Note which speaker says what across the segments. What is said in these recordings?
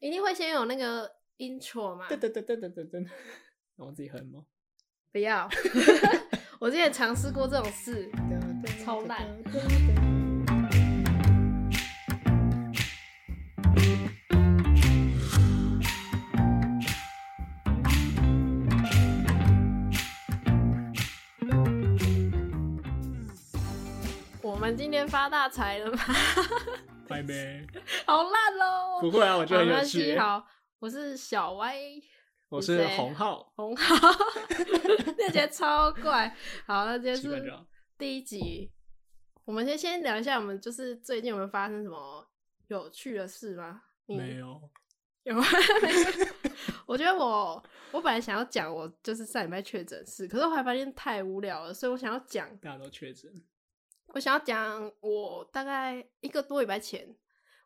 Speaker 1: 一定会先有那个 intro 嘛？
Speaker 2: 噔噔噔噔噔噔噔，那我自己哼吗？
Speaker 1: 不要， 我之前尝试过这种事。超烂。我们今天发大财了吗？
Speaker 2: 拜拜。
Speaker 1: 好烂哦！
Speaker 2: 不会啊，我觉
Speaker 1: 好
Speaker 2: 得很
Speaker 1: 没
Speaker 2: 有
Speaker 1: 关系
Speaker 2: 趣。
Speaker 1: 好，我是小歪
Speaker 2: 我
Speaker 1: 是
Speaker 2: 是
Speaker 1: 谁
Speaker 2: 洪浩，
Speaker 1: 红浩， 那节超怪。好，那今天
Speaker 2: 基本
Speaker 1: 是
Speaker 2: 上
Speaker 1: 第一集，我们先先聊一下，我们就是最近有没有发生什么有趣的事吗？你
Speaker 2: 没有。
Speaker 1: 有吗？ 我觉得我我本来想要讲我就是上礼拜确诊事，可是我还发现太无聊了，所以我想要讲，
Speaker 2: 大家都确诊，
Speaker 1: 我想要讲我大概一个多礼拜前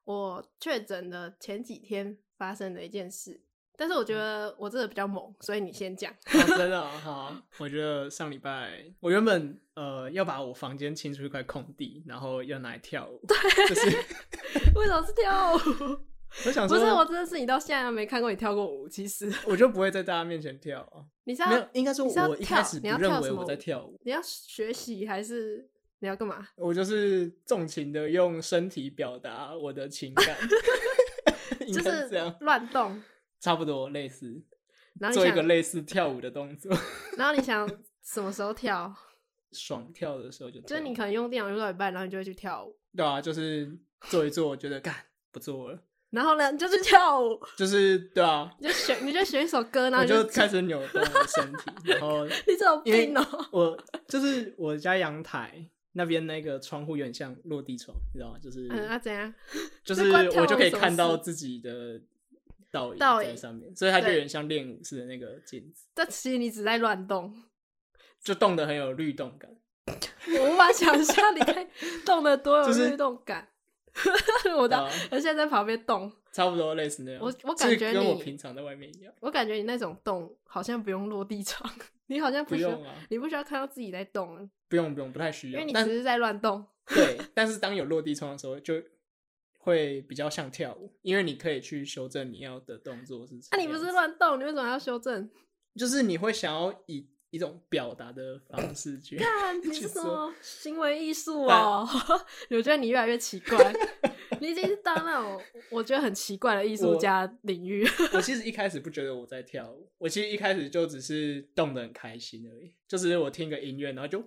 Speaker 1: 我确诊的前几天发生的一件事。但是
Speaker 2: 嗯
Speaker 1: 我觉得我这个比较猛，所以你先 讲。
Speaker 2: 哦、真的、哦、好。 我觉得上礼拜我原本呃要把我房间清出一块空地，然后要拿来跳舞。对，就是
Speaker 1: 为什么是跳舞？
Speaker 2: 我 想
Speaker 1: 不
Speaker 2: 说，
Speaker 1: 是，我真的是你到现在没看过你跳过舞。其实
Speaker 2: 我就不会在大家面前跳啊。
Speaker 1: 你是
Speaker 2: 没有
Speaker 1: 要，
Speaker 2: 应该说
Speaker 1: 你是要
Speaker 2: 我一
Speaker 1: 跳
Speaker 2: 开始不
Speaker 1: 你要跳
Speaker 2: 认为
Speaker 1: 什么
Speaker 2: 我在
Speaker 1: 舞
Speaker 2: 跳舞，
Speaker 1: 你要学习还是你要干嘛？
Speaker 2: 我就是纵情的用身体表达我的情感， 应
Speaker 1: 就
Speaker 2: 该
Speaker 1: 是
Speaker 2: 这样，
Speaker 1: 乱动，
Speaker 2: 差不多类似，
Speaker 1: 然后
Speaker 2: 做
Speaker 1: 你
Speaker 2: 一个
Speaker 1: 想，
Speaker 2: 类似跳舞的动作，
Speaker 1: 然后你想什么时候跳？
Speaker 2: 爽跳的时候就
Speaker 1: 就是
Speaker 2: 跳
Speaker 1: 你可能用电脑用到一半，然后你就会去跳舞，
Speaker 2: 对啊，就是做一做，我觉得干不做了，
Speaker 1: 然后呢，你就去跳 舞，
Speaker 2: 就是对啊，
Speaker 1: 你就选，你就选一首歌，然后
Speaker 2: 我
Speaker 1: 你
Speaker 2: 就
Speaker 1: 开
Speaker 2: 开始扭动我的身体，然后
Speaker 1: 你这种
Speaker 2: 因为
Speaker 1: 病哦，
Speaker 2: 我就是我家阳台那边那个窗户有点像落地窗，你知道吗？就是
Speaker 1: 嗯，啊怎样？
Speaker 2: 就是
Speaker 1: 关跳
Speaker 2: 我就可以
Speaker 1: 舞什么
Speaker 2: 看到
Speaker 1: 事
Speaker 2: 自己的倒影
Speaker 1: 倒
Speaker 2: 在
Speaker 1: 影
Speaker 2: 上面，所以它就有
Speaker 1: 对
Speaker 2: 点像练舞似的那个镜子，
Speaker 1: 这其实你只在乱动，
Speaker 2: 就动的很有律动感。
Speaker 1: 我无法想象你可以动的多有
Speaker 2: 就是
Speaker 1: 律动感。 我
Speaker 2: 对
Speaker 1: 的，
Speaker 2: 啊，
Speaker 1: 我现在在旁边动，
Speaker 2: 差不多类似那样。
Speaker 1: 我我
Speaker 2: 就是
Speaker 1: 感觉
Speaker 2: 跟我
Speaker 1: 你
Speaker 2: 平常在外面一样，
Speaker 1: 我感觉你那种动好像不用落地窗，你好像
Speaker 2: 不
Speaker 1: 需要，
Speaker 2: 用啊，
Speaker 1: 你不需要看到自己在动，
Speaker 2: 不用不用，不太需
Speaker 1: 因
Speaker 2: 要
Speaker 1: 为你。只
Speaker 2: 但
Speaker 1: 是在乱动。
Speaker 2: 对， 但是当有落地窗的时候，就会比较像跳舞，因为你可以去修正你要的动作是什
Speaker 1: 那、啊
Speaker 2: 么样子。
Speaker 1: 你不是乱动，你为什么要修正？
Speaker 2: 就是你会想要以一种表达的方式 去。
Speaker 1: 看你
Speaker 2: 去
Speaker 1: 是什
Speaker 2: 做
Speaker 1: 么行为艺术哦？ 我觉得你越来越奇怪， 你已经是到那种我觉得很奇怪的艺术家领域。
Speaker 2: 我其实一开始不觉得我在跳舞，我其实一开始就只是动得很开心而已，就是我听个音乐，然后就呼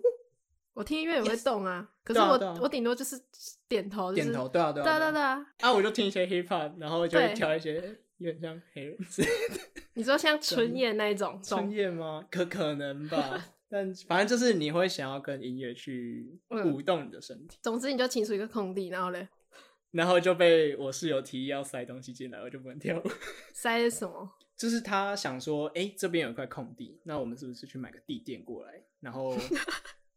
Speaker 1: 我听音乐也会动啊，可是
Speaker 2: 对啊
Speaker 1: 我、
Speaker 2: 对啊
Speaker 1: 我顶多就是点头，就是
Speaker 2: 点头，，对啊对
Speaker 1: 对
Speaker 2: 啊
Speaker 1: 啊对
Speaker 2: 对
Speaker 1: 啊
Speaker 2: 啊
Speaker 1: 对啊。
Speaker 2: 啊，我就听一些 hip hop，然后就
Speaker 1: 对
Speaker 2: 会跳一些有点像黑人之类的
Speaker 1: 你说像春燕那一种
Speaker 2: 专
Speaker 1: 动，
Speaker 2: 业吗？可可能 吧，但反正就是你会想要跟音乐去
Speaker 1: 嗯
Speaker 2: 舞动你的身体，
Speaker 1: 总之你就清除一个空地，然后嘞，
Speaker 2: 然后就被我室友提议要塞东西进来，我就不能跳舞。
Speaker 1: 塞什么？
Speaker 2: 就是他想说，哎、这边有一块空地，那我们是不是去买个地垫过来？然后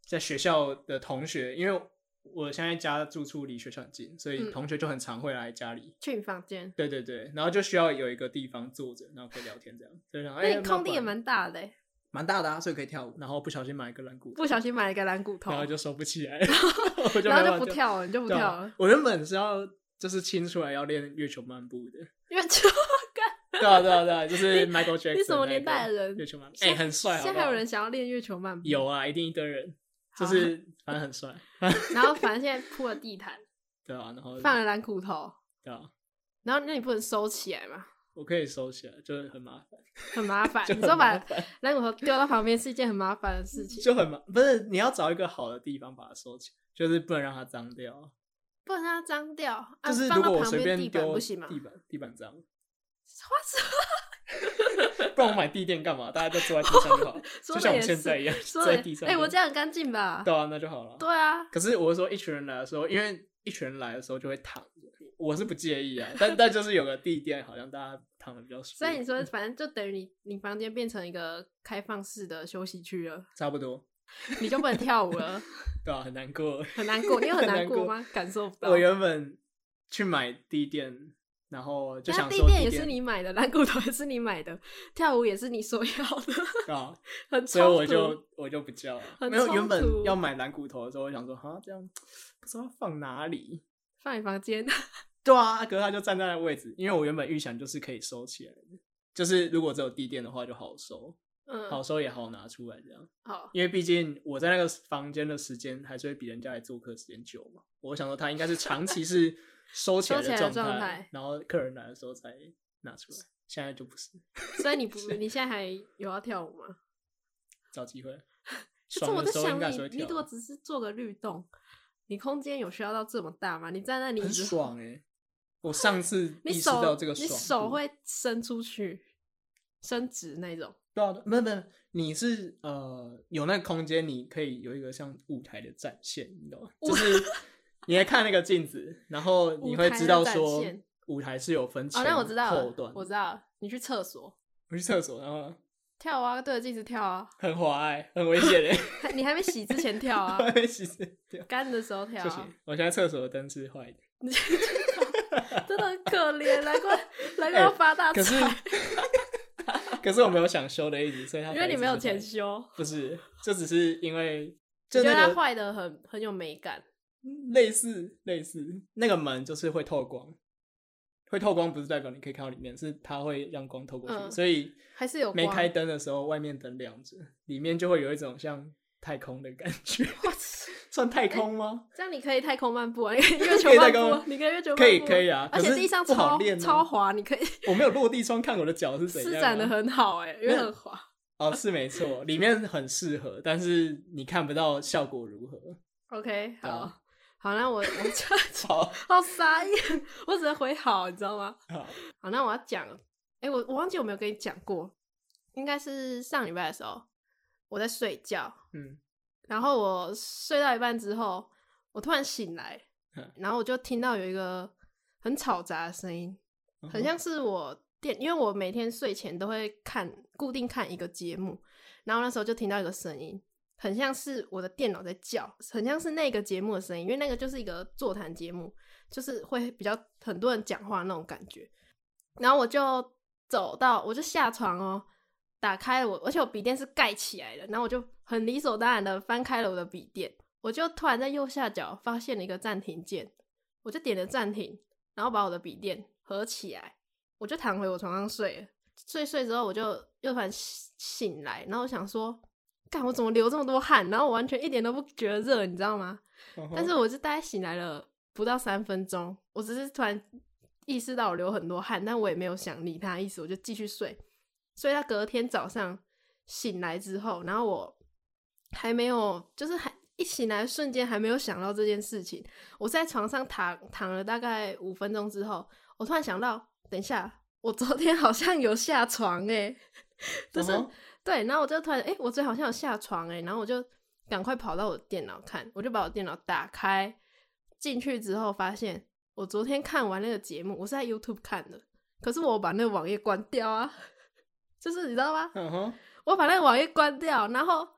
Speaker 2: 在学校的同学，因为我现在家住处离学校很近，所以
Speaker 1: 嗯
Speaker 2: 同学就很常会来家里。
Speaker 1: 去你房间。
Speaker 2: 对对对，然后就需要有一个地方坐着，然后可以聊天这样。就想，哎、
Speaker 1: 那
Speaker 2: 欸，
Speaker 1: 你空地也
Speaker 2: 蛮
Speaker 1: 蛮大的欸、
Speaker 2: 蛮大的、啊，所以可以跳舞。然后不小心买一个软骨头，
Speaker 1: 不小心买了一个蓝骨头，
Speaker 2: 然后就收不 起来，我就
Speaker 1: 然后
Speaker 2: 没办
Speaker 1: 就
Speaker 2: 法
Speaker 1: 不跳了，你就不
Speaker 2: 对啊
Speaker 1: 跳了，
Speaker 2: 我原本是要就是清出来要练月球漫步的，
Speaker 1: 因为就
Speaker 2: 对啊对啊对啊，就是 Michael Jackson
Speaker 1: 你什么
Speaker 2: 那
Speaker 1: 年
Speaker 2: 个
Speaker 1: 代的人
Speaker 2: 月球漫步，哎、
Speaker 1: 现在
Speaker 2: 很帅，
Speaker 1: 现在
Speaker 2: 好不
Speaker 1: 还有
Speaker 2: 好
Speaker 1: 人想要练月球漫步，
Speaker 2: 有啊，一定一堆人，就
Speaker 1: 好
Speaker 2: 是反正很帅，
Speaker 1: 然后反正现在铺了地毯，
Speaker 2: 对啊，然后
Speaker 1: 放了蓝骨头，
Speaker 2: 对啊，
Speaker 1: 然后那你不能收起来嘛，
Speaker 2: 我可以收起来，就是很麻烦，
Speaker 1: 很麻烦。
Speaker 2: 就
Speaker 1: 你
Speaker 2: 很
Speaker 1: 说把
Speaker 2: 麻烦
Speaker 1: 蓝骨头丢到旁边是一件很麻烦的事 情，
Speaker 2: 就很麻，不是你要找一个好的地方把它收起来，就是不能让它脏掉，
Speaker 1: 不能让它脏掉。啊
Speaker 2: 就是
Speaker 1: 放
Speaker 2: 如
Speaker 1: 到
Speaker 2: 果我
Speaker 1: 旁
Speaker 2: 随
Speaker 1: 边
Speaker 2: 便
Speaker 1: 地板
Speaker 2: 丢
Speaker 1: 不行吗？
Speaker 2: 地板地板脏，
Speaker 1: 哇
Speaker 2: 不然我买地垫干嘛？大家都坐在地上就好，
Speaker 1: 说
Speaker 2: 就
Speaker 1: 的
Speaker 2: 像我
Speaker 1: 也
Speaker 2: 现在
Speaker 1: 是，
Speaker 2: 一样，
Speaker 1: 说
Speaker 2: 坐在
Speaker 1: 的
Speaker 2: 地
Speaker 1: 也
Speaker 2: 上。
Speaker 1: 哎，我这样很干净吧？
Speaker 2: 对啊，那就好了。
Speaker 1: 对啊，
Speaker 2: 可是我是说，一群人来的时候，因为一群人来的时候就会躺着，我是不介意啊，但但就是有个地垫，好像大家躺的比较舒服。
Speaker 1: 所以你说，反正就等于你你房间变成一个开放式的休息区了，
Speaker 2: 差不多，
Speaker 1: 你就不能跳舞了。
Speaker 2: 对啊，很难过。
Speaker 1: 很难过，你有很
Speaker 2: 很
Speaker 1: 难
Speaker 2: 难
Speaker 1: 过
Speaker 2: 过
Speaker 1: 吗？感受不到。
Speaker 2: 我原本去买地垫，然后就
Speaker 1: 那
Speaker 2: 想
Speaker 1: 地
Speaker 2: 说
Speaker 1: 垫也是你买的，蓝骨头也是你买的，跳舞也是你所要的，
Speaker 2: 啊，
Speaker 1: 很
Speaker 2: 所以我
Speaker 1: 冲突
Speaker 2: 就我就不叫了。
Speaker 1: 很
Speaker 2: 没有
Speaker 1: 冲
Speaker 2: 原本
Speaker 1: 突
Speaker 2: 要买蓝骨头的时候，我想说哈这样不知道放哪里，
Speaker 1: 放你房间，
Speaker 2: 对啊，可是他就站在那位置，因为我原本预想就是可以收起来的，就是如果只有地垫的话就好收，
Speaker 1: 嗯，
Speaker 2: 好收也好拿出来这样。
Speaker 1: 好，
Speaker 2: 因为毕竟我在那个房间的时间还是会比人家来做客时间久嘛。我想说他应该是长期是收起来
Speaker 1: 收起来的
Speaker 2: 状
Speaker 1: 状态
Speaker 2: 然后客人来的时候才拿出来。现在就不是，
Speaker 1: 所以你不，你现在还有要跳舞吗？
Speaker 2: 找机会。
Speaker 1: 可是
Speaker 2: 爽
Speaker 1: 我
Speaker 2: 的
Speaker 1: 在
Speaker 2: 时候应
Speaker 1: 想
Speaker 2: 该是
Speaker 1: 你
Speaker 2: 会，
Speaker 1: 你
Speaker 2: 跳啊
Speaker 1: 如果只是做个律动，你空间有需要到这么大吗？你站在那里
Speaker 2: 很
Speaker 1: 一直，
Speaker 2: 爽哎、我上次
Speaker 1: 你
Speaker 2: 意识
Speaker 1: 手
Speaker 2: 到这个爽
Speaker 1: 你
Speaker 2: 度，
Speaker 1: 手会伸出去、伸直那种。
Speaker 2: 对啊，没有没有，你是呃有那个空间，你可以有一个像舞台的展现，你懂吗？就是你在看那个镜子，然后你会知道
Speaker 1: 舞台的展
Speaker 2: 说
Speaker 1: 现
Speaker 2: 舞台是有分前
Speaker 1: 哦，那我知道
Speaker 2: 后
Speaker 1: 了
Speaker 2: 段。，
Speaker 1: 我知道了，你去厕所
Speaker 2: 我去厕所，然后
Speaker 1: 跳啊，对着镜子跳啊，
Speaker 2: 很滑哎、很危险 哎、
Speaker 1: 还你还没洗之前跳 啊
Speaker 2: 欸，，会被洗死掉。
Speaker 1: 干的时候跳
Speaker 2: 不
Speaker 1: 啊
Speaker 2: 行，，我现在厕所的灯是坏的，
Speaker 1: 你 真的很可怜，难 怪难怪要
Speaker 2: 哎
Speaker 1: 发大财
Speaker 2: 可，是可是我没有想修的一直，所以它
Speaker 1: 啊因为你没有钱
Speaker 2: 修，
Speaker 1: 修，
Speaker 2: 不是，就只是因为
Speaker 1: 我
Speaker 2: 就
Speaker 1: 觉得
Speaker 2: 那
Speaker 1: 它
Speaker 2: 个
Speaker 1: 坏的很很有美感。
Speaker 2: 类似类似，那个门就是会透光，会透光不是代表你可以看到里面，是它会让光透过去，
Speaker 1: 嗯
Speaker 2: 所以
Speaker 1: 还是有
Speaker 2: 没
Speaker 1: 光
Speaker 2: 开灯的时候，外面灯亮着，里面就会有一种像太空的感觉，
Speaker 1: 我去
Speaker 2: 算
Speaker 1: 哎
Speaker 2: 太空吗？
Speaker 1: 这样你可以太空漫步啊，你 可以月
Speaker 2: 可
Speaker 1: 球
Speaker 2: 以太
Speaker 1: 漫
Speaker 2: 空
Speaker 1: 步，你可以月球漫步，
Speaker 2: 可以可以啊
Speaker 1: 而且
Speaker 2: 可是
Speaker 1: 地上
Speaker 2: 不好
Speaker 1: 超
Speaker 2: 练啊
Speaker 1: 超滑，你可以
Speaker 2: 我没有落地窗看我的脚是怎样、
Speaker 1: 施
Speaker 2: 啊，
Speaker 1: 展的很好哎，因为很滑。
Speaker 2: 哦，是没错，里面很适合，但是你看不到效果如 何。
Speaker 1: OK，
Speaker 2: 对
Speaker 1: 好
Speaker 2: 啊
Speaker 1: 好，那我我 这
Speaker 2: 好，
Speaker 1: 好傻眼，我只能回好，你知道吗？
Speaker 2: 好
Speaker 1: 好，那我要讲，哎、我我忘记有没有跟你讲过，应该是上礼拜的时候，我在睡觉，
Speaker 2: 嗯，
Speaker 1: 然后我睡到一半之后，我突然醒来
Speaker 2: 嗯，
Speaker 1: 然后我就听到有一个很吵杂的声音，
Speaker 2: 嗯
Speaker 1: 很像是我电，因为我每天睡前都会看固定看一个节目，然后那时候就听到一个声音，很像是我的电脑在叫，很像是那个节目的声音，因为那个就是一个座谈节目，就是会比较很多人讲话那种感觉。然后我就走到，我就下床哦，打开了我，而且我笔电是盖起来的，然后我就很理所当然的翻开了我的笔电，我就突然在右下角发现了一个暂停键，我就点了暂停，然后把我的笔电合起来，我就躺回我床上睡了。睡睡之后，我就又突然醒醒来，然后我想说，干我怎么流这么多汗？然后我完全一点都不觉得热，你知道吗？
Speaker 2: 嗯哼，
Speaker 1: 但是我就大概醒来了不到三分钟，我只是突然意识到我流很多汗，但我也没有想理他的意思，我就继续睡。睡到隔天早上醒来之后，然后我还没有，就是还一醒来的瞬间还没有想到这件事情，我在床上躺躺了大概五分钟之后，我突然想到，等一下，我昨天好像有下床诶、 就是
Speaker 2: 嗯哼
Speaker 1: 对，然后我就突然，哎、我昨天好像有下床哎、然后我就赶快跑到我的电脑看，我就把我电脑打开，进去之后发现我昨天看完那个节目，我是在 YouTube 看的，可是我把那个网页关掉啊， 就是你知道吗？
Speaker 2: 嗯哼，
Speaker 1: 我把那个网页关掉，然后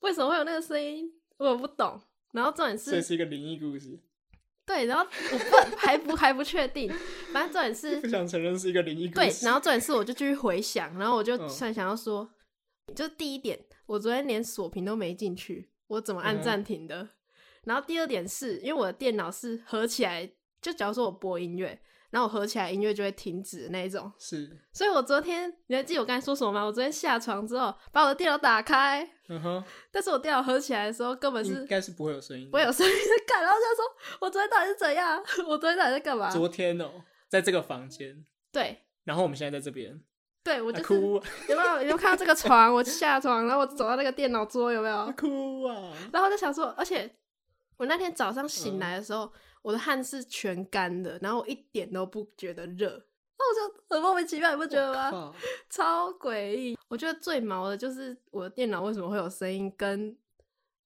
Speaker 1: 为什么会有那个声音，我也不懂。然后重点
Speaker 2: 这
Speaker 1: 是，
Speaker 2: 是一个灵异故事，
Speaker 1: 对，然后我不还不还不确定，反正重点是
Speaker 2: 不想承认是一个灵异故
Speaker 1: 对，
Speaker 2: 事。
Speaker 1: 然后重点是我就继续回想，然后我就
Speaker 2: 嗯
Speaker 1: 突然想要说，就第一点，我昨天连锁屏都没进去，我怎么
Speaker 2: 嗯
Speaker 1: 按
Speaker 2: 哼
Speaker 1: 暂停的？然后第二点是因为我的电脑是合起来，就假如说我播音乐，然后我合起来音乐就会停止的那一种，
Speaker 2: 是，
Speaker 1: 所以我昨天你还记得我刚才说什么吗？我昨天下床之后把我的电脑打开，
Speaker 2: 嗯哼，
Speaker 1: 但是我电脑合起来的时候根本
Speaker 2: 应
Speaker 1: 是
Speaker 2: 该是不会有声音的。
Speaker 1: 我有声音在干，然后就说我昨天到底是怎样？ 我昨天到底在干嘛？
Speaker 2: 昨天哦，在这个房间，
Speaker 1: 对
Speaker 2: 然后我们现在在这边，
Speaker 1: 对，我
Speaker 2: 我
Speaker 1: 就是。
Speaker 2: 啊哭
Speaker 1: 有没有？有没有看到这个床？我下床，然后我走到那个电脑桌，有没有
Speaker 2: 啊？ 哭啊，
Speaker 1: 然后我就想说，而且我那天早上醒来的时候，我的汗是全干的，然后我一点都不觉得热。那我就很莫名其妙，你不觉得吗？
Speaker 2: 靠
Speaker 1: 超诡异！我觉得最毛的就是我的电脑为什么会有声音，跟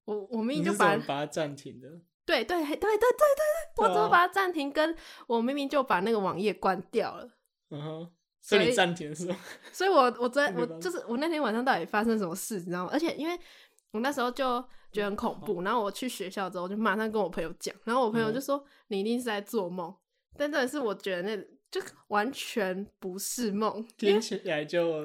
Speaker 1: 我我明
Speaker 2: 你
Speaker 1: 明
Speaker 2: 是
Speaker 1: 就
Speaker 2: 怎
Speaker 1: 把
Speaker 2: 么把它暂停的？
Speaker 1: 对对对对对对对，我
Speaker 2: 对啊
Speaker 1: 怎么把它暂停？跟我明明就把那个网页关掉了。
Speaker 2: 嗯哼，
Speaker 1: 所
Speaker 2: 所
Speaker 1: 以
Speaker 2: 以你暂停的时候，
Speaker 1: 所以我我昨天
Speaker 2: 没
Speaker 1: 我
Speaker 2: 办
Speaker 1: 就
Speaker 2: 法
Speaker 1: 是我那天晚上到底发生什么事，你知道吗？而且因为我那时候就觉得很恐怖，然后我去学校之后，我就马上跟我朋友讲，然后我朋
Speaker 2: 嗯
Speaker 1: 友就说、你一定是在做梦，但真的是我觉得那就完全不是梦，因
Speaker 2: 听
Speaker 1: 为
Speaker 2: 起来就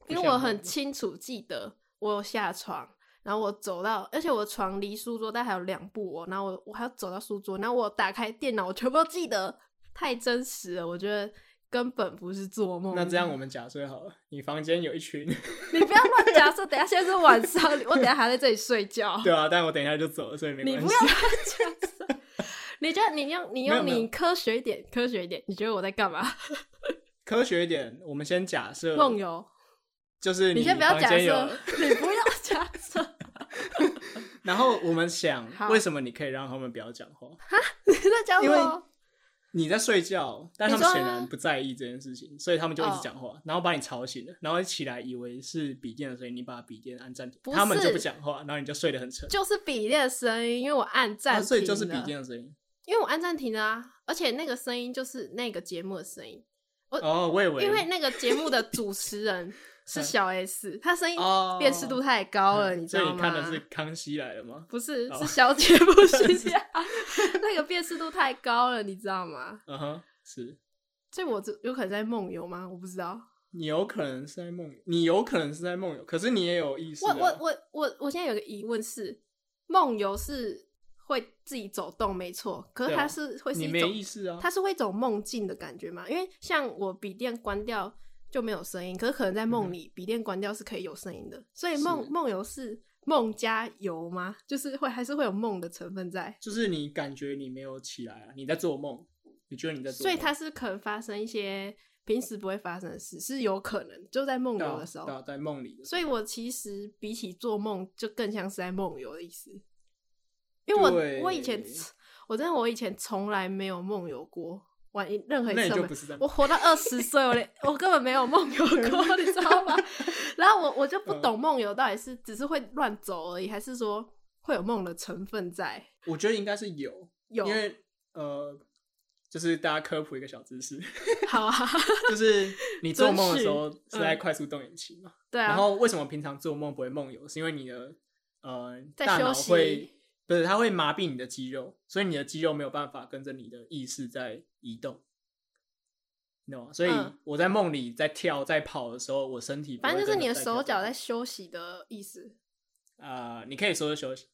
Speaker 2: 不
Speaker 1: 因为
Speaker 2: 像
Speaker 1: 我很
Speaker 2: 梦
Speaker 1: 清楚记得我有下床。然后我走到，而且我床离书桌大概还有两步哦，然后我我还要走到书桌，然后我打开电脑，我全部都记得，太真实了，我觉得根本不是做梦。
Speaker 2: 那这样我们假设好了，你房间有一 群，。
Speaker 1: 你不要乱假设，等一下现在是晚上，我等一下还在这里睡觉
Speaker 2: 对啊，但我等一下就走了，所以没
Speaker 1: 你
Speaker 2: 关
Speaker 1: 不
Speaker 2: 系
Speaker 1: 要。乱假设。你觉得你用你
Speaker 2: 没有
Speaker 1: 用
Speaker 2: 没有
Speaker 1: 你科学一点，科学一点，你觉得我在干嘛？
Speaker 2: 科学一点，我们先假设
Speaker 1: 梦游？
Speaker 2: 就是
Speaker 1: 呃你先不要
Speaker 2: 房
Speaker 1: 假
Speaker 2: 间有
Speaker 1: 设， 你不要假 设，
Speaker 2: 然后我们想
Speaker 1: 好
Speaker 2: 为什么你可以让他们不要讲话？
Speaker 1: 你在讲什
Speaker 2: 因为
Speaker 1: 么？
Speaker 2: 你在睡觉，但
Speaker 1: 你
Speaker 2: 他们
Speaker 1: 说
Speaker 2: 显然不在意这件事情，所以他们就一直
Speaker 1: 哦
Speaker 2: 讲话，然后把你吵醒了，然后一起来以为是笔电的声音，你把笔电按暂停，
Speaker 1: 不
Speaker 2: 他们
Speaker 1: 是
Speaker 2: 就不讲话，然后你就睡得很沉，
Speaker 1: 就是笔电的声音，因为我按暂
Speaker 2: 啊、
Speaker 1: 停、
Speaker 2: 所以就是笔，电的声音。
Speaker 1: 因为我按暂停了啊，而且那个声音就是那个节目的声音，
Speaker 2: 哦，我以为
Speaker 1: 因为那个节目的主持人是小 S，他 声音
Speaker 2: 哦嗯
Speaker 1: 辨识度太高了，你知
Speaker 2: 所以
Speaker 1: 道吗？
Speaker 2: 你看的是《康熙来了》吗？
Speaker 1: 不是
Speaker 2: 哦
Speaker 1: 是小姐 不是这样，那个辨识度太高了，你知道吗？
Speaker 2: 嗯哼，是
Speaker 1: 所以我就有可能在梦游吗？我不知道，
Speaker 2: 你有可能是在梦，你有可能是在梦游，可是你也有意识、
Speaker 1: 我
Speaker 2: 啊。
Speaker 1: 我我我我现在有个疑问是，梦游是会自己走动没错，可是
Speaker 2: 对啊
Speaker 1: 它是会是
Speaker 2: 你
Speaker 1: 一
Speaker 2: 没
Speaker 1: 种
Speaker 2: 意识啊？
Speaker 1: 它是会一种梦境的感觉嘛？因为像我笔电关掉就没有声音，可是可能在梦里，笔电关掉是可以有声音的。所以梦
Speaker 2: 嗯是
Speaker 1: 梦游是梦加游吗？就是会还是会有梦的成分在，
Speaker 2: 就是你感觉你没有起来啊，你在做梦，你觉得你在做
Speaker 1: 所以
Speaker 2: 梦，
Speaker 1: 它是可能发生一些平时不会发生的事，是有可能就在梦
Speaker 2: 对
Speaker 1: 游
Speaker 2: 啊
Speaker 1: 的时候。
Speaker 2: 对啊在梦里的时候
Speaker 1: 所以我其实比起做梦，就更像是在梦游的意思。因为我
Speaker 2: 对
Speaker 1: 我以前我真的我以前从来没有梦游过，玩任何一
Speaker 2: 那
Speaker 1: 次
Speaker 2: 你
Speaker 1: 都没
Speaker 2: 就
Speaker 1: 有
Speaker 2: 不是在梦
Speaker 1: 我活到二十岁，我连我根本没有梦游过，你知道吗？ 然后我我就不
Speaker 2: 嗯
Speaker 1: 懂梦游到底是只是会乱走而已，还是说会有梦的成分在？
Speaker 2: 我觉得应该是有，
Speaker 1: 有
Speaker 2: 因为呃，就是大家科普一个小知识，
Speaker 1: 好啊，
Speaker 2: 就是你做梦的时候
Speaker 1: 遵
Speaker 2: 是在快速动眼期嘛，
Speaker 1: 嗯对啊，
Speaker 2: 然后为什么平常做梦不会梦游？是因为你的呃
Speaker 1: 在
Speaker 2: 大脑
Speaker 1: 休息
Speaker 2: 会不是它会麻痹你的肌肉，所以你的肌肉没有办法跟着你的意识在移动。你懂吗？所以
Speaker 1: 嗯
Speaker 2: 我在梦里在跳在跑的时候，我身体不会
Speaker 1: 反正就是
Speaker 2: 跟
Speaker 1: 你
Speaker 2: 着
Speaker 1: 的
Speaker 2: 在
Speaker 1: 手
Speaker 2: 跳
Speaker 1: 脚
Speaker 2: 在
Speaker 1: 在休息的意思，
Speaker 2: 呃，你可以说是休息，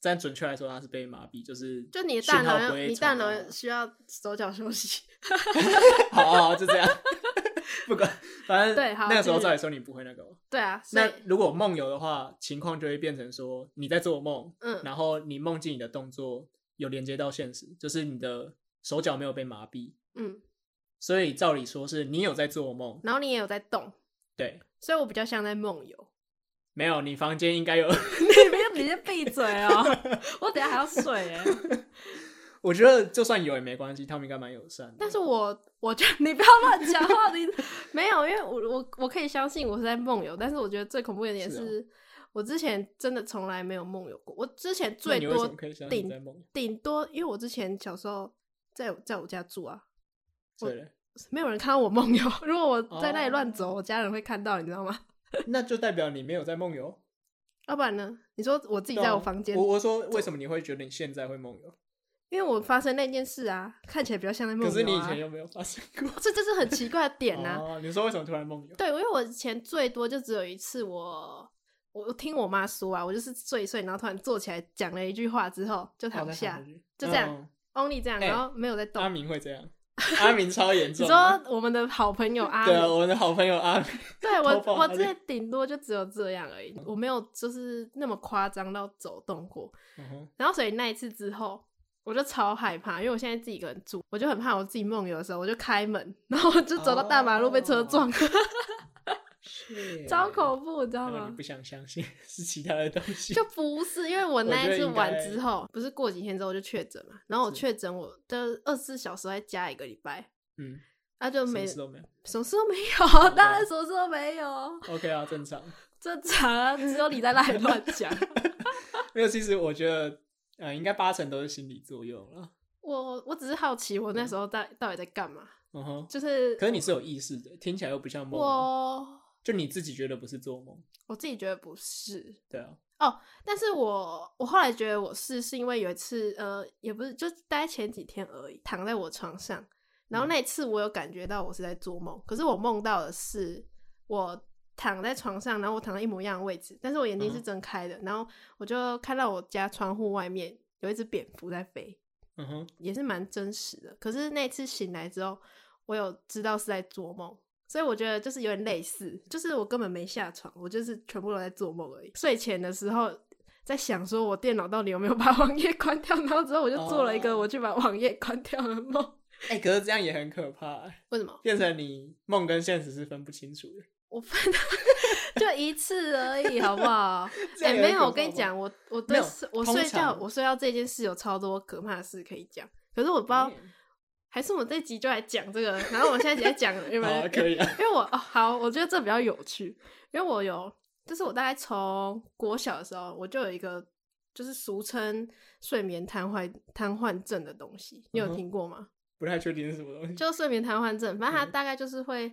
Speaker 2: 但准确来说它是被麻痹，就是
Speaker 1: 就你的
Speaker 2: 讯
Speaker 1: 大
Speaker 2: 号
Speaker 1: 脑
Speaker 2: 不
Speaker 1: 要
Speaker 2: 会
Speaker 1: 你大
Speaker 2: 传哦
Speaker 1: 脑
Speaker 2: 到
Speaker 1: 需要手脚休息。
Speaker 2: 好 好好，就这样，不管，反正
Speaker 1: 对好
Speaker 2: 那个时候
Speaker 1: 就是
Speaker 2: 照理说你不会那个嘛。
Speaker 1: 对啊，所以
Speaker 2: 那如果梦游的话，情况就会变成说你在做梦，
Speaker 1: 嗯
Speaker 2: 然后你梦境你的动作有连接到现实，就是你的手脚没有被麻痹，
Speaker 1: 嗯，
Speaker 2: 所以照理说是你有在做梦，
Speaker 1: 然后你也有在动，
Speaker 2: 对，
Speaker 1: 所以我比较像在梦游。
Speaker 2: 没有， 你房间应该有。
Speaker 1: 你别你先闭嘴 哦，我等一下还要睡哎。
Speaker 2: 我觉得就算有也没关系，他们应该蛮友善的。
Speaker 1: 但是我我觉得你不要乱讲话， 你没有，因为我我我可以相信我是在梦游，但是我觉得最恐怖的点
Speaker 2: 是
Speaker 1: 是，
Speaker 2: 哦
Speaker 1: 我之前真的从来没有梦游过，我之前
Speaker 2: 那
Speaker 1: 最
Speaker 2: 你为什
Speaker 1: 多
Speaker 2: 么可以相信你在
Speaker 1: 顶
Speaker 2: 梦？
Speaker 1: 顶多，因为我之前小时候在在我家住啊，我
Speaker 2: 对了，
Speaker 1: 没有人看到我梦游， 如果我在那里
Speaker 2: 哦
Speaker 1: 乱走，我家人会看到，你知道吗？
Speaker 2: 那就代表你没有在梦游。
Speaker 1: 要不然呢？你说我自己
Speaker 2: 对啊
Speaker 1: 在我房间
Speaker 2: 我，我说为什么你会觉得你现在会梦游？
Speaker 1: 因为我发生那件事啊，看起来比较像在梦
Speaker 2: 可是你
Speaker 1: 游
Speaker 2: 以
Speaker 1: 啊
Speaker 2: 前，又没有发生过。
Speaker 1: 这这是很奇怪的点啊。
Speaker 2: 哦，你说为什么突然梦游？
Speaker 1: 对，因为我以前最多就只有一次我，我我听我妈说啊，我就是睡一睡，然后突然坐起来讲了一句话之后就躺
Speaker 2: 哦
Speaker 1: 下、就这样
Speaker 2: 嗯
Speaker 1: o n l y 这样，
Speaker 2: 哎
Speaker 1: 然后没有在动。
Speaker 2: 阿明会 这样，阿明超严
Speaker 1: 你
Speaker 2: 重的。
Speaker 1: 说我们的好朋友阿
Speaker 2: 对啊，
Speaker 1: 明，
Speaker 2: 我的好朋友阿明，
Speaker 1: 对
Speaker 2: 头发
Speaker 1: 我我
Speaker 2: 还
Speaker 1: 之
Speaker 2: 在
Speaker 1: 前顶多就只有这样而已，我没有就是那么夸张到走动过。
Speaker 2: 嗯哼
Speaker 1: 然后所以那一次之后，我就超害怕，因为我现在自己一个人住，我就很怕我自己梦游的时候，我就开门，然后就走到大马路被车
Speaker 2: 哦
Speaker 1: 撞，
Speaker 2: 是
Speaker 1: 超恐怖，你知道
Speaker 2: 然后
Speaker 1: 吗
Speaker 2: 你？不想相信是其他的东西，
Speaker 1: 就不是，因为我那
Speaker 2: 我觉
Speaker 1: 一
Speaker 2: 得
Speaker 1: 次
Speaker 2: 应
Speaker 1: 完
Speaker 2: 该
Speaker 1: 之后，不是过几天之后就确诊嘛，然后我
Speaker 2: 是
Speaker 1: 确诊，我的二十四小时再加一个礼拜，
Speaker 2: 嗯，
Speaker 1: 那、就
Speaker 2: 什么
Speaker 1: 没
Speaker 2: 事哦都没有。
Speaker 1: 什么事都没
Speaker 2: 好
Speaker 1: 有，当
Speaker 2: 吧
Speaker 1: 然什么事都没有，
Speaker 2: OK 啊，正常。
Speaker 1: 正常啊，只有你在那里乱 讲。
Speaker 2: 没有，其实我觉得，呃，应该八成都是心理作用了。
Speaker 1: 我我只是好奇，我那时候到到底在干嘛？
Speaker 2: 嗯哼，
Speaker 1: 就是
Speaker 2: 嗯可是你是有意识的，听起来又不像梦啊，
Speaker 1: 我
Speaker 2: 就你自己觉得不是做梦。
Speaker 1: 我自己觉得不是，
Speaker 2: 对啊，
Speaker 1: 但是我我后来觉得我是，是因为有一次，呃，也不是，就待前几天而已，躺在我床上，然后
Speaker 2: 嗯
Speaker 1: 那一次我有感觉到我是在做梦，可是我梦到的是我躺在床上，然后我躺在一模一样的位置，但是我眼睛是
Speaker 2: 嗯
Speaker 1: 睁开的，然后我就看到我家窗户外面有一只蝙蝠在飞，
Speaker 2: 嗯哼，
Speaker 1: 也是蛮真实的。可是那次醒来之后，我有知道是在做梦，所以我觉得就是有点类似，就是我根本没下床，我就是全部都在做梦而已。睡前的时候在想说，我电脑到底有没有把网页关掉？然后之后我就做了一个
Speaker 2: 哦
Speaker 1: 我去把网页关掉的梦。
Speaker 2: 哎、可是这样也很可怕、欸
Speaker 1: 为什么？
Speaker 2: 变成你梦跟现实是分不清楚的。
Speaker 1: 我分就一次而已，好不好？
Speaker 2: 这
Speaker 1: 哎、
Speaker 2: 样也
Speaker 1: 没
Speaker 2: 很
Speaker 1: 有，我
Speaker 2: 可怕
Speaker 1: 跟你
Speaker 2: 吗
Speaker 1: 讲，我我
Speaker 2: 没
Speaker 1: 对
Speaker 2: 有
Speaker 1: 睡我
Speaker 2: 通
Speaker 1: 睡觉
Speaker 2: 常
Speaker 1: 我睡觉这件事有超多可怕的事可以讲，可是我不
Speaker 2: 哎
Speaker 1: 知道，还是我们这集就来讲这个，然后我们现在直接讲，要不
Speaker 2: 好啊，
Speaker 1: 然
Speaker 2: 可以啊。
Speaker 1: 因为我哦好，我觉得这比较有趣，因为我有，就是我大概从国小的时候，我就有一个就是俗称睡眠瘫痪瘫痪症的东西，你
Speaker 2: 嗯
Speaker 1: 有
Speaker 2: 哼
Speaker 1: 听过吗？
Speaker 2: 不太确定是什么东西。
Speaker 1: 就睡眠瘫痪症，反正它
Speaker 2: 嗯
Speaker 1: 大概就是会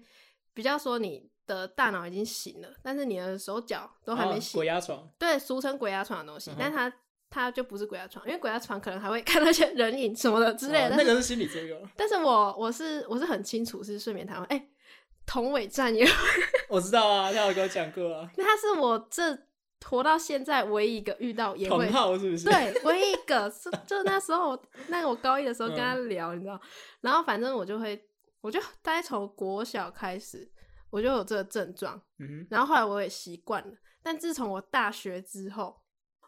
Speaker 1: 比较说你的大脑已经醒了，但是你的手脚都还没
Speaker 2: 哦
Speaker 1: 醒，
Speaker 2: 鬼压床。
Speaker 1: 对，俗称鬼压床的东西，
Speaker 2: 嗯哼
Speaker 1: 但它它就不是鬼压床，因为鬼压床可能还会 看那些人影什么的之类的，
Speaker 2: 哦
Speaker 1: 但
Speaker 2: 那
Speaker 1: 是
Speaker 2: 个是心理作用。
Speaker 1: 但是我我是我是很清楚是睡眠瘫痪，哎、同伟战也，。
Speaker 2: 我知道啊，他有跟我讲过啊
Speaker 1: 那他是我这活到现在唯一一个遇到也会
Speaker 2: 同号是不是？，
Speaker 1: 对，唯一一个是就那时候，那个我高一的时候跟他
Speaker 2: 嗯
Speaker 1: 聊，你知道，然后反正我就会，我就大概从国小开始，我就有这个症状，
Speaker 2: 嗯
Speaker 1: 然后后来我也习惯了，但自从我大学之后，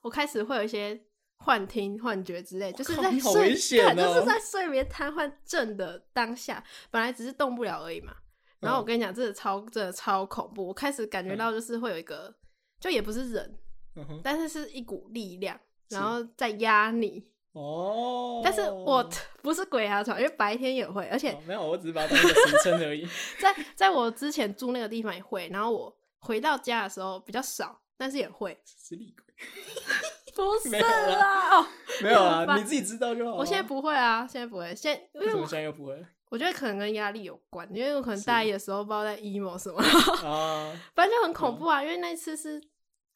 Speaker 1: 我开始会有一些幻听、幻觉之类，就是
Speaker 2: 靠
Speaker 1: 在
Speaker 2: 你好
Speaker 1: 睡，
Speaker 2: 危险
Speaker 1: 对就
Speaker 2: 哦
Speaker 1: 是在睡眠瘫痪症的当下，本来只是动不了而已嘛。然后我
Speaker 2: 嗯
Speaker 1: 跟你讲，真的超真的超恐怖，我开始感觉
Speaker 2: 嗯
Speaker 1: 到就是会有一个，就也不是人，
Speaker 2: 哼，嗯哼。
Speaker 1: 但是是一股力量，
Speaker 2: 是
Speaker 1: 然后再压你。
Speaker 2: 哦。
Speaker 1: 但是我不是鬼压床，因为白天也会，而且
Speaker 2: 哦没有，我只是把它当一个俗称而已。
Speaker 1: 在在我之前住那个地方也会，然后我回到家的时候比较少，但是也会。
Speaker 2: 是厉鬼。
Speaker 1: 不是
Speaker 2: 没有
Speaker 1: 啦，哦，
Speaker 2: 没有
Speaker 1: 很烦
Speaker 2: 啊，你自己知道就好啊。
Speaker 1: 我现在不会啊，现在不会，现在因
Speaker 2: 为
Speaker 1: 为
Speaker 2: 什么
Speaker 1: 我
Speaker 2: 现在又 不会
Speaker 1: 我觉得可能跟压力有关，因为我可能
Speaker 2: 是
Speaker 1: 大一的时候不知道在 emo 什么，
Speaker 2: 啊？
Speaker 1: 反正就很恐怖啊。因为那次是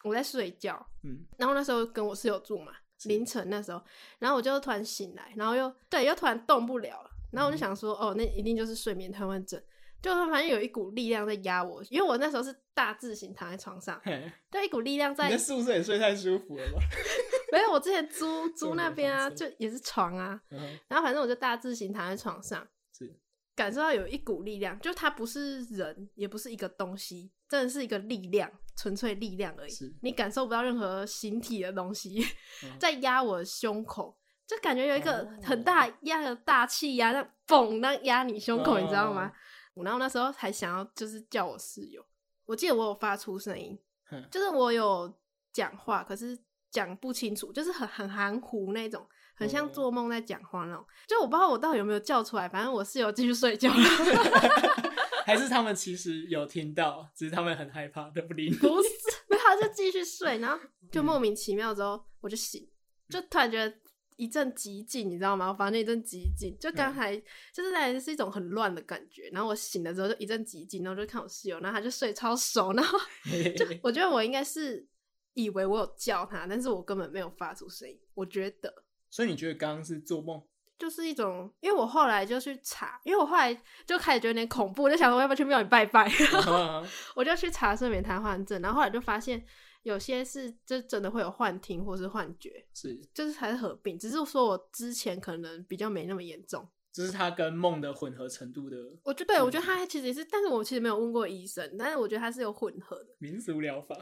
Speaker 1: 我在睡觉，
Speaker 2: 嗯，
Speaker 1: 然后那时候跟我室友住嘛，
Speaker 2: 是
Speaker 1: 凌晨那时候，然后我就突然醒来，然后又对，又突然动不了了，然后
Speaker 2: 嗯
Speaker 1: 我就想说，哦，那一定就是睡眠瘫痪症，就反正有一股力量在压我，因为我那时候是大字型躺在床上，
Speaker 2: 嘿，
Speaker 1: 对，一股力量
Speaker 2: 你
Speaker 1: 在
Speaker 2: 在，宿舍也睡太舒服了吧？
Speaker 1: 没有，我之前 租租那边啊，
Speaker 2: 这种
Speaker 1: 就也是床啊，
Speaker 2: 嗯哼
Speaker 1: 然后反正我就大字型躺在床上，
Speaker 2: 是
Speaker 1: 感受到有一股力量，就它不是人，也不是一个东西，真的是一个力量，纯粹力量而已
Speaker 2: 是。
Speaker 1: 你感受不到任何形体的东西
Speaker 2: 嗯
Speaker 1: 在压我的胸口，就感觉有一个
Speaker 2: 哦
Speaker 1: 很大压的大气压，那嘣，那压你胸口，
Speaker 2: 哦
Speaker 1: 你知道吗？然后那时候还想要就是叫我室友，我记得我有发出声音
Speaker 2: 嗯，
Speaker 1: 就是我有讲话，可是讲不清楚，就是很很含糊那种。很像
Speaker 2: 嗯
Speaker 1: 做梦在讲话那种，就我不知道我到底有没有叫出来，反正我室友继续睡觉了。
Speaker 2: 还是他们其实有听到，只是他们很害怕，都不 理你。
Speaker 1: 不是，没有，他就继续睡，然后就莫名其妙之后我就醒，就突然觉得一阵极静，你知道吗？我房间一阵极静，就刚才、就是来是一种很乱的感觉，然后我醒了之后就一阵极静，然后就看我室友，然后他就睡超熟，然后 我觉得我应该是以为我有叫他，但是我根本没有发出声音，我觉得。
Speaker 2: 所以你觉得刚刚是做 梦？
Speaker 1: 就是一种，因为我后来就去查，因为我后来就开始觉得有点恐怖，就想说我要不要去庙里拜拜。
Speaker 2: 啊
Speaker 1: 我就去查睡眠瘫痪症，然后后来就发现有些是就真的会有幻听或是幻觉，
Speaker 2: 是，
Speaker 1: 就是还是合并，只是说我之前可能比较没那么严重。
Speaker 2: 这是它跟梦的混合程度的
Speaker 1: 我就对我觉得他其实也是，但是我其实没有问过医生，但是我觉得他是有混合的。
Speaker 2: 民俗疗法。